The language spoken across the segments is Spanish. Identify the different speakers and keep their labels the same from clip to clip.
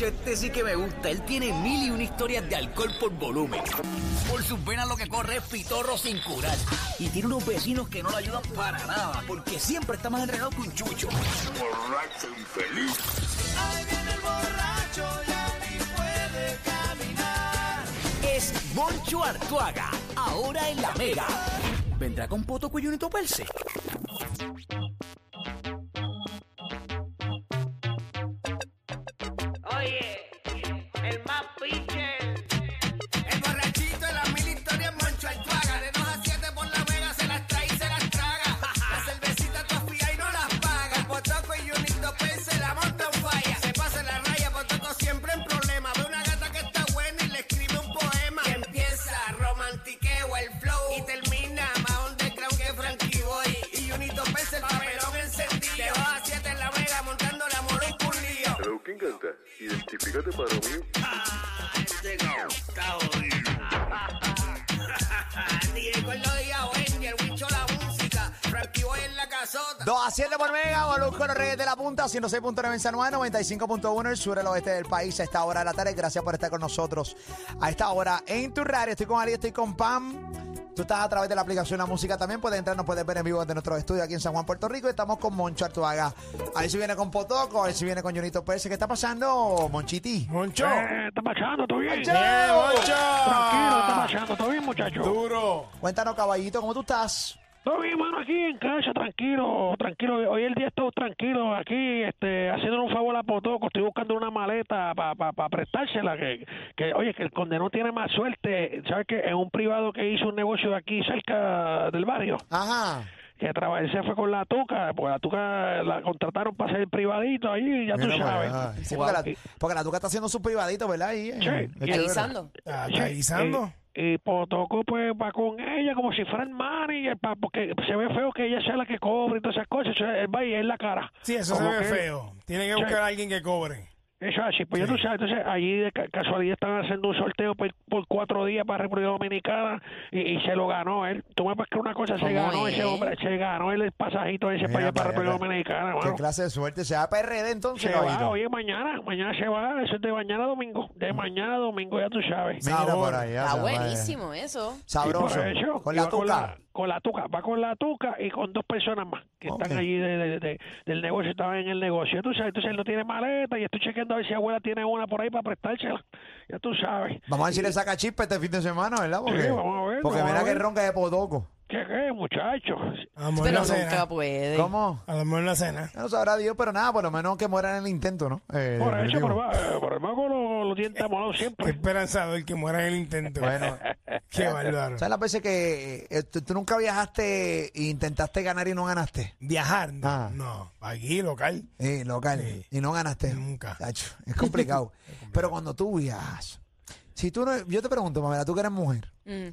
Speaker 1: este sí que me gusta. Él tiene mil y una historias de alcohol por volumen. Por sus venas lo que corre es pitorro sin curar. Y tiene unos vecinos que no lo ayudan para nada, porque siempre está más entrenado que un chucho.
Speaker 2: borracho infeliz.
Speaker 1: Es Moncho Artuaga, ahora en la Mega. ¿Vendrá con Poto Cuyunito Perse?
Speaker 3: Oye, el más pitcher.
Speaker 4: El borrachito en la mil historias Moncho Altuaga. De 2 a 7 por la vega se las trae y se las traga. La cervecita tofía y no las paga. Potoco y Junito Pérez se la monta en falla. Se pasa en la raya, Potoco siempre en problema. Ve una gata que está buena y le escribe un poema. Y empieza romantiqueo el flow. Y termina más underground que Frankie Boy. Y Junito Pérez el papelón encendido. De 2 a 7 en la vega montando la moroca un lío.
Speaker 2: Hello, ¿quién canta? Identifícate para mí.
Speaker 4: Diego en los días y el bicho la música. Frankie Boy en la casota.
Speaker 5: 2 a 7 por Mega, Molusco, los Reyes de la Punta, 106.9 en San Juan, 95.1 el sur, el oeste del país, a esta hora de la tarde. Gracias por estar con nosotros a esta hora en tu radio. Estoy con Ali, estoy con Pam. Tú estás a través de la aplicación La Música también. Puedes entrar, nos puedes ver en vivo desde nuestro estudio aquí en San Juan, Puerto Rico. Y estamos con Moncho Artuaga. A ver si viene con Potoco, a ver si viene con Junito Pérez. ¿Qué está pasando, Monchiti?
Speaker 6: Moncho.
Speaker 7: Eh, está marchando, ¿todo bien?
Speaker 5: ¡Eh,
Speaker 7: Tranquilo, está marchando, ¿todo bien, muchacho?
Speaker 6: Duro.
Speaker 5: Cuéntanos, caballito, ¿cómo tú estás?
Speaker 7: Todo bien, mano, aquí en casa, tranquilo, tranquilo. Hoy el día está tranquilo aquí, este, haciéndole un favor a Potoco. Estoy buscando una maleta para pa, pa prestársela. Que, que, oye, que el condenado tiene más suerte. ¿Sabes que En un privado que hizo un negocio de aquí cerca del barrio,
Speaker 5: Ajá.
Speaker 7: que trabajé, se fue con la tuca, pues la tuca la contrataron para hacer el privadito ahí, ya tú
Speaker 5: Mira,
Speaker 7: sabes.
Speaker 5: pues, ay, sí, porque, la, porque la Tuca está haciendo sus privaditos, ¿verdad? Ahí, eh.
Speaker 7: Sí,
Speaker 5: Qué
Speaker 7: y-
Speaker 5: chévere.
Speaker 8: Realizando.
Speaker 6: Ah,
Speaker 7: Sí,
Speaker 6: está guisando.
Speaker 7: Y, y Potoco pues va con ella como si fuera el manager, pa, porque se ve feo que ella sea la que cobre y todas esas cosas. Eso, él va y es la cara.
Speaker 6: Sí, eso se
Speaker 7: Como
Speaker 6: ve
Speaker 7: que-
Speaker 6: feo. Tiene que
Speaker 7: Sí.
Speaker 6: buscar a alguien que cobre.
Speaker 7: Eso es así. Pues yo tú sabes, entonces allí de ca- casualidad están haciendo un sorteo por, por cuatro días para República Dominicana y, y se lo ganó él. Tú me que una cosa, se
Speaker 8: ¿Cómo
Speaker 7: ganó
Speaker 8: es?
Speaker 7: ese hombre, se ganó él el pasajito ese
Speaker 5: Mira
Speaker 7: para allá para
Speaker 5: para allá,
Speaker 7: República
Speaker 5: para-
Speaker 7: Dominicana.
Speaker 5: Qué
Speaker 7: mano.
Speaker 5: clase de suerte. Se va para RD entonces,
Speaker 7: Se va,
Speaker 5: caballito.
Speaker 7: oye, mañana, mañana se va, eso es de mañana a domingo, de
Speaker 6: Mm.
Speaker 7: mañana a domingo, ya tú sabes.
Speaker 5: Mira
Speaker 6: Sabor.
Speaker 5: por allá.
Speaker 8: Está
Speaker 5: se va para allá.
Speaker 8: buenísimo eso.
Speaker 5: Sabroso.
Speaker 7: Y por eso,
Speaker 5: Con
Speaker 7: y
Speaker 5: la
Speaker 7: va con
Speaker 5: tuca.
Speaker 7: la, con la tuca, va con la tuca y con dos personas más que
Speaker 5: Ok.
Speaker 7: están allí de- de- de- del negocio, estaban en el negocio. Tú sabes, entonces él no tiene maleta y estoy chequeando a ver si abuela tiene una por ahí para prestársela. Ya tú sabes.
Speaker 5: Vamos a decirle saca chispa este fin de semana, ¿verdad? Porque,
Speaker 7: Sí, vamos a ver,
Speaker 5: porque
Speaker 7: vamos
Speaker 5: mira
Speaker 7: a
Speaker 5: que
Speaker 7: ver.
Speaker 5: ronca de podoco.
Speaker 7: ¿Qué qué, muchachos?
Speaker 6: A lo mejor
Speaker 8: Pero
Speaker 6: la cena.
Speaker 8: nunca puede.
Speaker 5: ¿eh? ¿Cómo?
Speaker 6: A lo mejor la cena.
Speaker 5: Ya No sabrá Dios, pero nada, por lo menos que mueran en el intento, ¿no? Eh,
Speaker 7: Por eso,
Speaker 5: definitivo.
Speaker 7: por va- eh, por el mago lo, lo tienta molado
Speaker 6: Qué
Speaker 5: Eh,
Speaker 7: siempre.
Speaker 6: esperanzador que muera en el intento.
Speaker 5: Bueno.
Speaker 6: Qué bárbaro.
Speaker 5: ¿Sabes las veces que eh, tú, tú nunca viajaste e intentaste ganar y no ganaste?
Speaker 6: Viajar, no.
Speaker 5: Ah.
Speaker 6: No, aquí, local.
Speaker 5: Eh, local, y no ganaste.
Speaker 6: Nunca.
Speaker 5: Tacho, es, complicado. Pero cuando tú viajas, si tú no, yo te pregunto, Mamela, tú que eres mujer,
Speaker 8: Mm.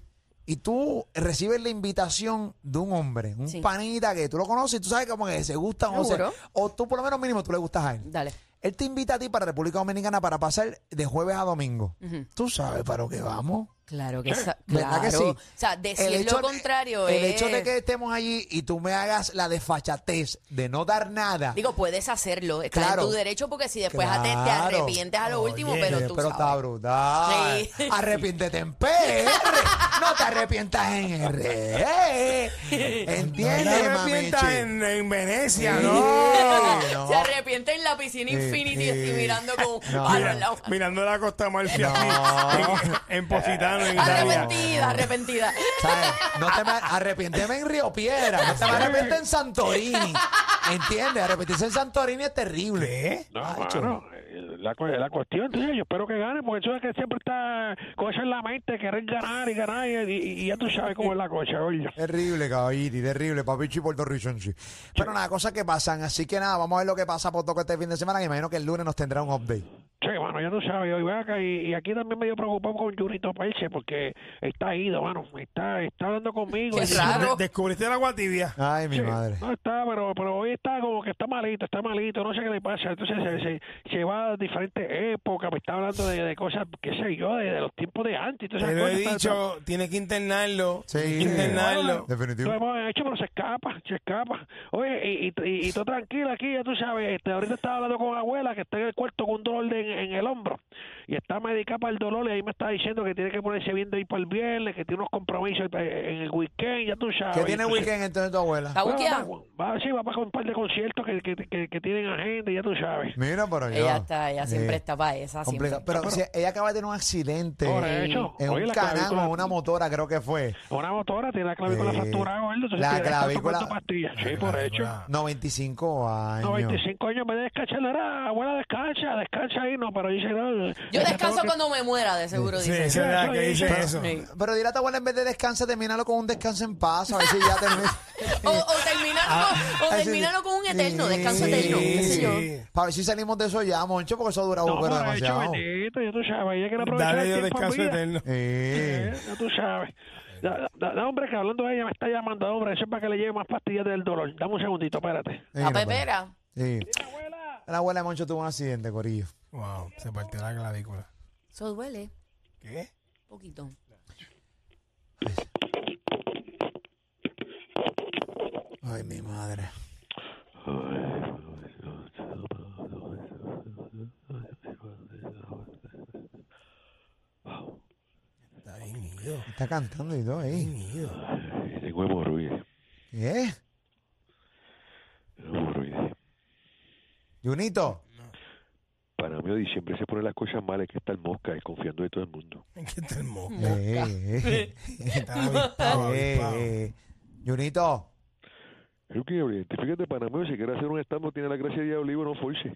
Speaker 5: y tú recibes la invitación de un hombre, un
Speaker 8: Sí.
Speaker 5: panita que tú lo conoces y tú sabes como que se gustan o,
Speaker 8: Seguro.
Speaker 5: se- o tú por lo menos mínimo tú le gustas a él.
Speaker 8: Dale.
Speaker 5: Él te invita a ti para República Dominicana para pasar de jueves a domingo.
Speaker 8: Ujú.
Speaker 5: Tú sabes para lo que vamos.
Speaker 8: Claro que, sa-
Speaker 5: ¿Verdad
Speaker 8: claro.
Speaker 5: que sí?
Speaker 8: O sea, decir lo contrario
Speaker 5: El
Speaker 8: es...
Speaker 5: hecho de que estemos allí y tú me hagas la desfachatez de no dar nada.
Speaker 8: Digo, puedes hacerlo, está
Speaker 5: Claro.
Speaker 8: en tu derecho porque si después Pues, te- te,
Speaker 5: Claro.
Speaker 8: arrepientes a lo último,
Speaker 5: Oye,
Speaker 8: pero tú
Speaker 5: pero está
Speaker 8: sabes.
Speaker 5: brutal.
Speaker 8: Sí.
Speaker 5: Arrepiéntete en PR. No te arrepientas en R. ¿Entiendes,
Speaker 6: No te arrepientas
Speaker 5: mamichi?
Speaker 6: en, en Venecia,
Speaker 5: Sí.
Speaker 6: no.
Speaker 5: no.
Speaker 8: Se arrepiente en la piscina Infinity y mirando con
Speaker 5: No.
Speaker 8: a los
Speaker 6: Mira,
Speaker 8: lados.
Speaker 6: mirando la costa Marfil aquí,
Speaker 5: No.
Speaker 6: en, en Positano, en Italia.
Speaker 8: Arrepentida, arrepentida.
Speaker 5: ¿Sabes? No te me arrepiénteme en Río Piedra. No te me arrepientes en Santorini. ¿Entiendes? Arrepentirse en Santorini es terrible.
Speaker 7: No,
Speaker 5: Ay,
Speaker 7: mano, eh, la, cu- la cuestión, tú sabes, yo espero que gane, porque eso es que siempre está con eso en la mente, querer ganar y ganar, y, y- y ya tú sabes cómo es la cosa, oye.
Speaker 5: Terrible, caballito, y terrible, papichi puertorricense. Pero nada, cosas que pasan. Así que nada, vamos a ver lo que pasa por toque este fin de semana. Que imagino que el lunes nos tendrá un update.
Speaker 7: Sí, bueno, ya tú sabes, hoy ven acá y, y aquí también medio preocupado con Junito Perche porque está ido, mano, está, está hablando conmigo.
Speaker 8: Qué
Speaker 7: y-
Speaker 8: raro.
Speaker 6: De- descubriste el agua tibia.
Speaker 5: Ay, mi
Speaker 7: Sí,
Speaker 5: madre.
Speaker 7: No está, pero, pero hoy está como que está malito, está malito, no sé qué le pasa. Entonces se, se, se va a diferentes épocas, me está hablando de, de cosas, qué sé yo, de, de los tiempos de antes. Entonces,
Speaker 6: Te lo he dicho, tiene que internarlo.
Speaker 5: Sí.
Speaker 6: tiene que internarlo.
Speaker 5: Definitivo.
Speaker 7: Lo hemos hecho, pero se escapa, se escapa. Oye, y, y, y, y tú tranquila aquí, ya tú sabes, este, ahorita estaba hablando con abuela que está en el cuarto con un dolor de- en, en el el hombro y está medicada para el dolor y ahí me está diciendo que tiene que ponerse bien de ir para el viernes, que tiene unos compromisos eh, en el weekend, ya tú sabes.
Speaker 5: ¿Qué tiene
Speaker 7: Entonces,
Speaker 5: weekend entonces tu abuela?
Speaker 8: ¿Está buqueada?
Speaker 7: Va, va, va, sí, va para un par de conciertos que, que, que, que tienen agenda, ya tú sabes.
Speaker 5: Mira, pero yo.
Speaker 8: Ella está, ella siempre
Speaker 5: Sí.
Speaker 8: está para esa, siempre.
Speaker 5: Complicado. Pero si ella acaba de tener un accidente
Speaker 7: Por eso.
Speaker 5: en
Speaker 7: eh, Oye,
Speaker 5: un
Speaker 7: la
Speaker 5: canal
Speaker 7: clavícula-
Speaker 5: o una motora, creo que fue.
Speaker 7: Una motora tiene la clavícula
Speaker 5: Sí.
Speaker 7: fracturada, gordo, entonces
Speaker 5: La
Speaker 7: tiene que estar
Speaker 5: clavícula-
Speaker 7: tomando pastillas. Sí, por hecho.
Speaker 5: 95 años.
Speaker 7: No, 25 años me descansar, era abuela descansa, descansa ahí, no, pero dice no.
Speaker 8: Yo descanso cuando me muera, de seguro,
Speaker 6: Sí,
Speaker 8: dice.
Speaker 6: esa es la que dice
Speaker 8: Pero-
Speaker 6: eso.
Speaker 8: sí.
Speaker 5: Pero dile a tu abuela en vez de descansa, terminalo con un descanso en paz. A ver si ya termina.
Speaker 8: O, o terminarlo, con, o
Speaker 5: Ah, sí, sí.
Speaker 8: terminarlo con un eterno,
Speaker 5: Sí,
Speaker 8: descanso
Speaker 5: sí,
Speaker 8: eterno, qué sé yo. Ah,
Speaker 6: sí.
Speaker 5: Para ver si salimos de eso ya, Moncho, porque eso ha durado
Speaker 7: No,
Speaker 5: pero
Speaker 7: por hecho,
Speaker 5: demasiado.
Speaker 7: bendito, ya tú sabes, ella quiere aprovechar
Speaker 6: Dale
Speaker 7: el
Speaker 6: Dios
Speaker 7: tiempo en
Speaker 6: descanso
Speaker 7: vida.
Speaker 6: eterno.
Speaker 5: Eh.
Speaker 7: Sí, Ya tú sabes. Da, da- da, hombre, que hablando de ella me está llamando, hombre, eso es para que le lleve más pastillas del dolor. Dame un segundito, espérate.
Speaker 5: Sí,
Speaker 8: La
Speaker 5: no, pero-
Speaker 8: pepera.
Speaker 5: pues, Sí.
Speaker 7: Abuela,
Speaker 5: La abuela de Moncho tuvo un accidente, Corillo.
Speaker 6: Wow, se partió la clavícula.
Speaker 8: Eso duele
Speaker 6: ¿Qué?
Speaker 8: un poquito.
Speaker 5: Ay, mi madre.
Speaker 6: Está bien, mío.
Speaker 5: Está cantando y todo ahí.
Speaker 6: mío.
Speaker 7: tengo hemorroides,
Speaker 5: ¿Qué?
Speaker 7: hemorroides.
Speaker 5: Junito.
Speaker 7: Para mí, diciembre se pone las cosas malas, que está el mosca, desconfiando de todo el mundo.
Speaker 6: ¿Qué está el moco?
Speaker 5: Eh, eh,
Speaker 6: Está avispado,
Speaker 5: eh,
Speaker 6: avispado.
Speaker 5: eh. Junito.
Speaker 7: Creo que identifícate para mí, si quieres hacer un estambo, tiene la gracia de Olivo, no force.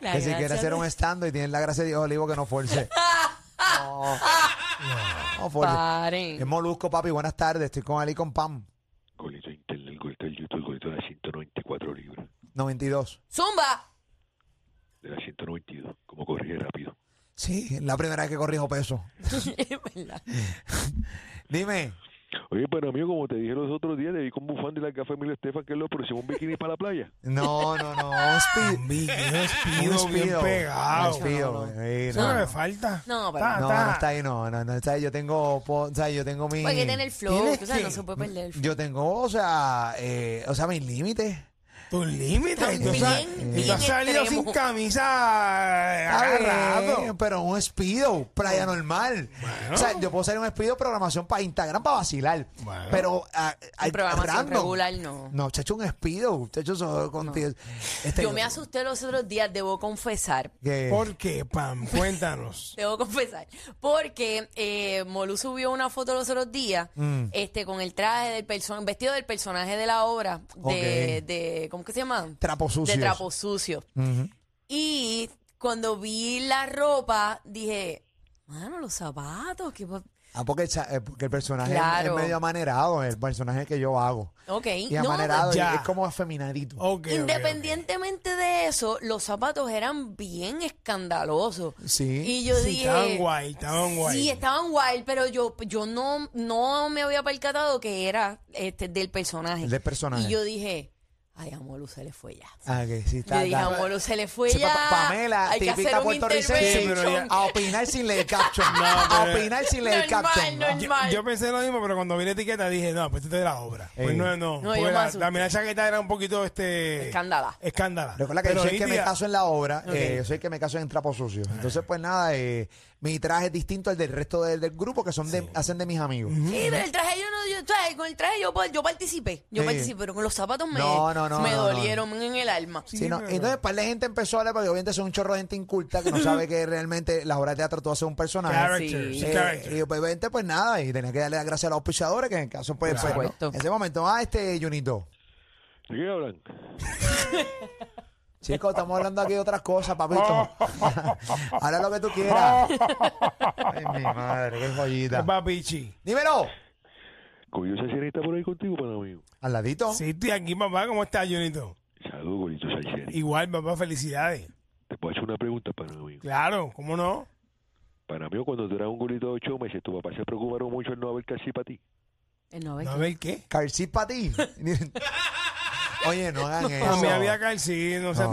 Speaker 8: La
Speaker 5: Que si
Speaker 8: gracia
Speaker 5: quiere hacer
Speaker 8: de-
Speaker 5: un estando y tiene la gracia de Dios, Olivo, que no force. No, no force. Es
Speaker 8: Paren.
Speaker 5: Molusco, papi. Buenas tardes. Estoy con Ali con Pam.
Speaker 7: Golito de internet, golito del YouTube, golito de las 194 libras,
Speaker 5: 92.
Speaker 8: Zumba.
Speaker 7: de las 192, como corría rápido.
Speaker 5: Sí, la primera vez que corrijo peso.
Speaker 8: Es verdad. Pues
Speaker 5: Dime.
Speaker 7: Oye, para mí, como te dije los otros días, le di con bufanda y la café Emilio Estefan, que es lo próximo, un bikini para la playa.
Speaker 5: No, no, no. Un
Speaker 6: Un
Speaker 5: Ah, speed.
Speaker 6: video
Speaker 5: Un
Speaker 6: espido bien
Speaker 5: speedo.
Speaker 6: pegado.
Speaker 5: Un speedo. Sí,
Speaker 6: Eso
Speaker 5: no,
Speaker 6: no
Speaker 5: no.
Speaker 6: me falta.
Speaker 8: No, pero-
Speaker 6: Ta,
Speaker 5: No,
Speaker 6: ta.
Speaker 5: no está ahí, no, no, no está ahí. Yo tengo, po- o sea, yo tengo mi.
Speaker 8: Porque tiene el flow,
Speaker 6: Tienes
Speaker 8: tú sabes, no
Speaker 6: que-
Speaker 8: se puede perder el flow.
Speaker 5: Yo tengo, o sea, eh, o sea, mis límites.
Speaker 6: Tus límites.
Speaker 8: Están
Speaker 6: Tú
Speaker 8: bien,
Speaker 6: sal-
Speaker 8: bien
Speaker 6: tú has salido
Speaker 8: extremos.
Speaker 6: sin camisa eh,
Speaker 5: Está
Speaker 6: agarrado.
Speaker 5: bien, Pero un speedo, playa normal. O sea, yo puedo hacer un speedo programación para Instagram para vacilar.
Speaker 6: Bueno.
Speaker 5: Pero ah, hay
Speaker 8: programación
Speaker 5: random.
Speaker 8: regular, no.
Speaker 5: No, chacho, un speedo. Chacho, eso contigo. Este,
Speaker 8: Yo me asusté los otros días, debo confesar.
Speaker 5: que-
Speaker 6: ¿Por qué, Pam? Cuéntanos.
Speaker 8: Debo confesar. Porque eh, Molu subió una foto los otros días
Speaker 5: Mm.
Speaker 8: este, con el traje del personaje, vestido del personaje de la obra de,
Speaker 5: Ok.
Speaker 8: de ¿cómo que se llama?
Speaker 5: Trapos
Speaker 8: de
Speaker 5: sucios.
Speaker 8: trapo sucio. Y cuando vi la ropa, dije, mano, los zapatos, qué pa-".
Speaker 5: Ah, porque, cha- eh, porque el personaje es-
Speaker 8: Claro.
Speaker 5: es medio amanerado, el personaje que yo hago.
Speaker 8: Ok,
Speaker 5: Y
Speaker 8: no,
Speaker 5: amanerado, y
Speaker 6: ya. Oh.
Speaker 5: es como afeminadito.
Speaker 6: Ok, ok,
Speaker 8: Independientemente de eso, los zapatos eran bien escandalosos.
Speaker 5: Sí.
Speaker 8: Y yo
Speaker 6: Sí,
Speaker 8: dije.
Speaker 6: estaban guay, estaban guay.
Speaker 8: Sí, estaban guay, pero yo, yo no, no me había percatado que era este, del personaje.
Speaker 5: Del personaje.
Speaker 8: Y yo dije, ay, a Molu se le fue ya.
Speaker 5: Ah, que sí,
Speaker 8: Yo
Speaker 5: está.
Speaker 8: dije,
Speaker 5: está-
Speaker 8: a Molu se le fue
Speaker 5: Sí,
Speaker 8: ya.
Speaker 5: pa- Pamela,
Speaker 8: Hay que hacer
Speaker 5: típica
Speaker 8: un
Speaker 5: puertorricense,
Speaker 6: Sí, pero ya-
Speaker 8: intervention.
Speaker 5: a opinar sin leer caption. a
Speaker 6: pero-
Speaker 5: opinar sin leer
Speaker 8: Normal,
Speaker 5: caption.
Speaker 8: normal.
Speaker 6: Yo, yo pensé lo mismo, pero cuando vi la etiqueta dije, no, pues esto es de la obra.
Speaker 5: Ey.
Speaker 6: Pues no, no.
Speaker 8: No,
Speaker 6: porque
Speaker 8: yo me
Speaker 6: la,
Speaker 8: asusté.
Speaker 6: la, mira, la chaqueta era un poquito este.
Speaker 8: Escándala.
Speaker 6: Escándala.
Speaker 5: Recuerda que yo
Speaker 6: Pero
Speaker 5: soy el que me
Speaker 6: nítida.
Speaker 5: caso en la obra, eh, yo soy el que me caso en trapo sucio. Entonces, pues nada, eh, mi traje es distinto al del resto del, del grupo que son de, hacen de mis amigos.
Speaker 8: Sí, pero el traje yo no, yo, traje, con el traje yo, yo participé, yo
Speaker 5: Sí.
Speaker 8: participé, pero con los zapatos me,
Speaker 5: No, no, no,
Speaker 8: me
Speaker 5: no, no.
Speaker 8: dolieron en el alma.
Speaker 5: Sí, no, Entonces, par de gente empezó a hablar, porque obviamente son un chorro de gente inculta que no sabe que realmente las obras de teatro tú haces un personaje.
Speaker 6: Character,
Speaker 8: Sí.
Speaker 6: sí,
Speaker 5: Eh,
Speaker 6: character.
Speaker 5: y obviamente, pues nada, y tenía que darle las gracias a los auspiciadores, que en el caso, pues, pues,
Speaker 8: supuesto.
Speaker 5: en ese momento, ah, este Junito.
Speaker 7: ¿De qué hablan?
Speaker 5: Chicos, estamos hablando aquí de otras cosas, papito. Ahora lo que tú quieras. Ay, mi madre, qué joyita.
Speaker 6: Papichi.
Speaker 5: Dímelo.
Speaker 7: Cogió esa sirenita por ahí contigo, para mí.
Speaker 5: Al ladito.
Speaker 6: Sí, estoy aquí, papá. ¿Cómo estás, Junito?
Speaker 7: Saludos, golito Salcheri.
Speaker 6: Igual, papá, felicidades.
Speaker 7: Te puedo hacer una pregunta, para mí.
Speaker 6: Claro, ¿cómo no?
Speaker 7: Para mí, cuando tú eras un golito de 8 meses, tu papá se preocuparon mucho en no haber casi para ti.
Speaker 8: El no,
Speaker 6: No, a ver qué.
Speaker 5: Calcip para ti. Oye, no hagan
Speaker 6: A mí
Speaker 5: eso.
Speaker 6: había calcín, no sea
Speaker 5: No.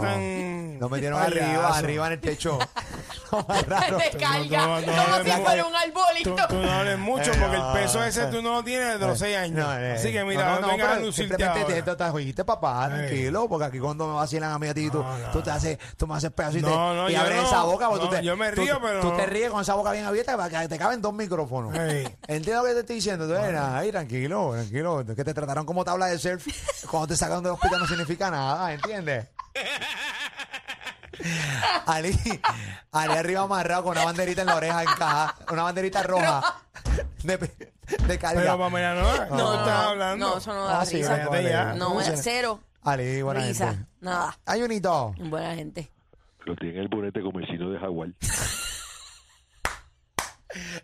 Speaker 6: tan.
Speaker 5: Nos metieron
Speaker 6: payaso.
Speaker 5: arriba, arriba en el techo. más raro.
Speaker 8: Descarga,
Speaker 6: No, no, no,
Speaker 8: como
Speaker 6: no,
Speaker 8: si
Speaker 6: no,
Speaker 8: fuera
Speaker 6: no.
Speaker 8: un
Speaker 6: Tú,
Speaker 8: arbolito.
Speaker 6: tú no hables mucho
Speaker 5: Eh,
Speaker 6: porque
Speaker 5: no,
Speaker 6: el peso ese tú no lo tienes desde los 6 años.
Speaker 5: No, eh,
Speaker 6: Así que mira, no, vengas a
Speaker 5: pero
Speaker 6: lucirte
Speaker 5: Simplemente te,
Speaker 6: ahora.
Speaker 5: te,
Speaker 6: Eh.
Speaker 5: te oíste, papá, tranquilo, porque aquí cuando me vacilan a mí a ti, tú, tú te haces, tú me haces pedazo y, te-
Speaker 6: No, no,
Speaker 5: y
Speaker 6: yo
Speaker 5: abres
Speaker 6: no.
Speaker 5: esa boca. porque
Speaker 6: No,
Speaker 5: tú te,
Speaker 6: yo me
Speaker 5: tú-
Speaker 6: río, pero
Speaker 5: Tú
Speaker 6: no.
Speaker 5: te ríes con esa boca bien abierta para que te caben dos micrófonos.
Speaker 6: Ey.
Speaker 5: Entiendo lo que te estoy diciendo. Tú eres, ay, tranquilo, tranquilo. Que te trataron como tabla de surf. Cuando te sacaron del hospital no significa nada, ¿entiendes? Ali, Ali arriba amarrado con una banderita en la oreja en caja, una banderita roja de, de carga.
Speaker 6: Pero Pamela, no, no,
Speaker 8: No,
Speaker 6: no estás
Speaker 8: no,
Speaker 6: hablando.
Speaker 8: No, eso no da
Speaker 5: Ah, sí,
Speaker 8: risa.
Speaker 6: cállate ya.
Speaker 8: No,
Speaker 5: ¿Cómo se-
Speaker 8: cero.
Speaker 5: Ali, buena
Speaker 8: risa,
Speaker 5: gente.
Speaker 8: nada.
Speaker 5: Ayunito.
Speaker 8: Buena gente.
Speaker 2: Lo tiene el bonete como el chino de Jaguar.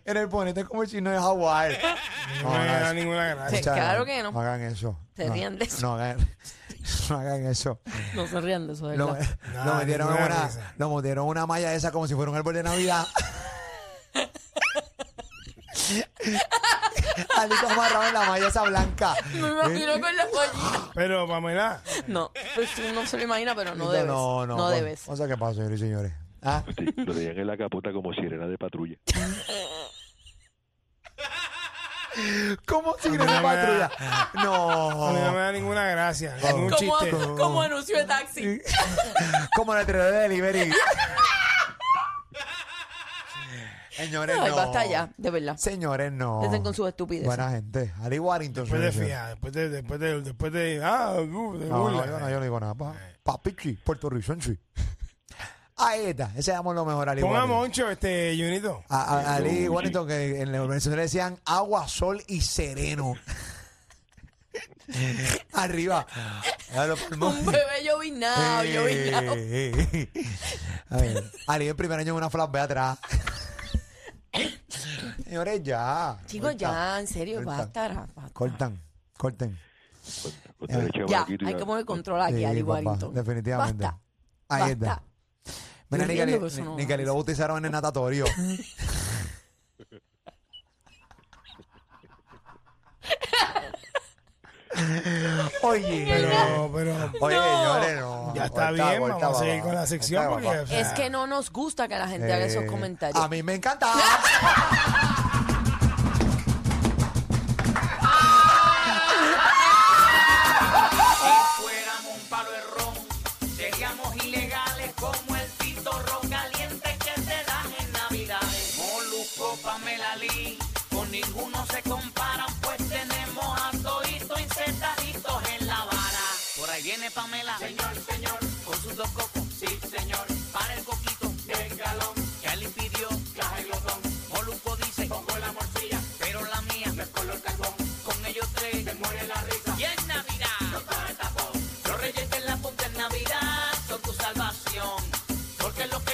Speaker 5: En el ponete como el chino de Hawái.
Speaker 6: No me da ninguna gracia.
Speaker 8: Sí, claro que no.
Speaker 5: No hagan eso.
Speaker 8: Se
Speaker 5: No,
Speaker 8: ríen de eso.
Speaker 5: No hagan, no hagan eso.
Speaker 8: No se rían de eso, de
Speaker 5: Lo,
Speaker 8: verdad.
Speaker 5: lo
Speaker 6: Nada,
Speaker 5: metieron en
Speaker 6: ninguna
Speaker 5: una,
Speaker 6: risa.
Speaker 5: lo metieron en una malla esa como si fuera un árbol de Navidad. Alito amarrado en la malla esa blanca.
Speaker 8: Me
Speaker 5: ¿Eh?
Speaker 8: imagino con la pollita.
Speaker 6: Pero Pamela,
Speaker 8: No, pues tú no se lo imagina, pero no debes.
Speaker 5: No, no.
Speaker 8: debes.
Speaker 5: O sea, ¿qué pasa, señores y señores? ¿Ah?
Speaker 2: Lo tenían en la capota como sirena de patrulla.
Speaker 5: ¿Cómo si no
Speaker 6: no me
Speaker 5: patrulla?
Speaker 6: da- a mí no me
Speaker 5: No.
Speaker 6: da ninguna gracia. Ningún
Speaker 5: Como-
Speaker 8: Como,
Speaker 6: chiste.
Speaker 8: como anuncio de taxi.
Speaker 5: Como la tiradora de delivery. Señores,
Speaker 8: Ay,
Speaker 5: no.
Speaker 8: basta ya, de verdad.
Speaker 5: Señores, no.
Speaker 8: Desen con sus estupideces.
Speaker 5: Buena gente. Ali Warrington.
Speaker 6: Después de
Speaker 5: señores.
Speaker 6: fiar, después de, después de, después de, ah, uh, de
Speaker 5: No, no,
Speaker 6: burla. Eh.
Speaker 5: yo no, yo no digo nada. Pa, papichi, puertorricense. Ahí está. Ese damos lo mejor, Ali
Speaker 6: Pon a
Speaker 5: Warrington.
Speaker 6: Moncho, este, Junito.
Speaker 5: A, a- Ali Warrington, que en la organización le decían agua, sol y sereno. Arriba. A los
Speaker 8: Un
Speaker 5: pulmones.
Speaker 8: bebé llovinado, llovinado.
Speaker 5: Eh, eh, eh. A ver, Ali el primer año en una flashback atrás. Señores, ya.
Speaker 8: Chicos, ya, en serio,
Speaker 5: corta.
Speaker 8: basta. ra- basta.
Speaker 5: Cortan, corten.
Speaker 2: Con tres
Speaker 8: Ya,
Speaker 2: chamaquitos y
Speaker 8: hay
Speaker 2: la-
Speaker 8: que poner control aquí,
Speaker 5: Sí,
Speaker 8: Ali
Speaker 5: papá,
Speaker 8: Warrington.
Speaker 5: definitivamente.
Speaker 8: Basta.
Speaker 5: Ahí está.
Speaker 8: basta.
Speaker 5: Mira,
Speaker 8: Yo
Speaker 5: ni
Speaker 8: entiendo que eso no-
Speaker 5: que lo bautizaron en el natatorio. Oye,
Speaker 6: Pero, pero,
Speaker 5: oye,
Speaker 8: No.
Speaker 5: señores, no.
Speaker 6: ya está
Speaker 5: Corta,
Speaker 6: bien,
Speaker 5: corta,
Speaker 6: vamos a seguir
Speaker 5: papá.
Speaker 6: con la sección.
Speaker 5: Corta,
Speaker 6: Porque,
Speaker 5: papá.
Speaker 6: o sea,
Speaker 8: Es que no nos gusta que la gente haga esos
Speaker 5: Eh,
Speaker 8: comentarios.
Speaker 5: A mí me encanta.
Speaker 4: fuéramos un palo de ron, seríamos ilegales como el pitorro caliente que te dan en Navidades. Molusco, Pamela Lee, con ninguno se comparan, pues tenemos a todito insertaditos en la vara. Por ahí viene Pamela, señor, señor, con sus dos cocos, sí, señor, para el coquito, del galón, que le pidió, caja y glotón. Molusco dice, pongo la morcilla, pero la mía no es color carbón, con ellos tres, te muere la risa. Y en Navidad, no para el tapón. Los reyes de la punta en Navidad son tu salvación. Porque lo que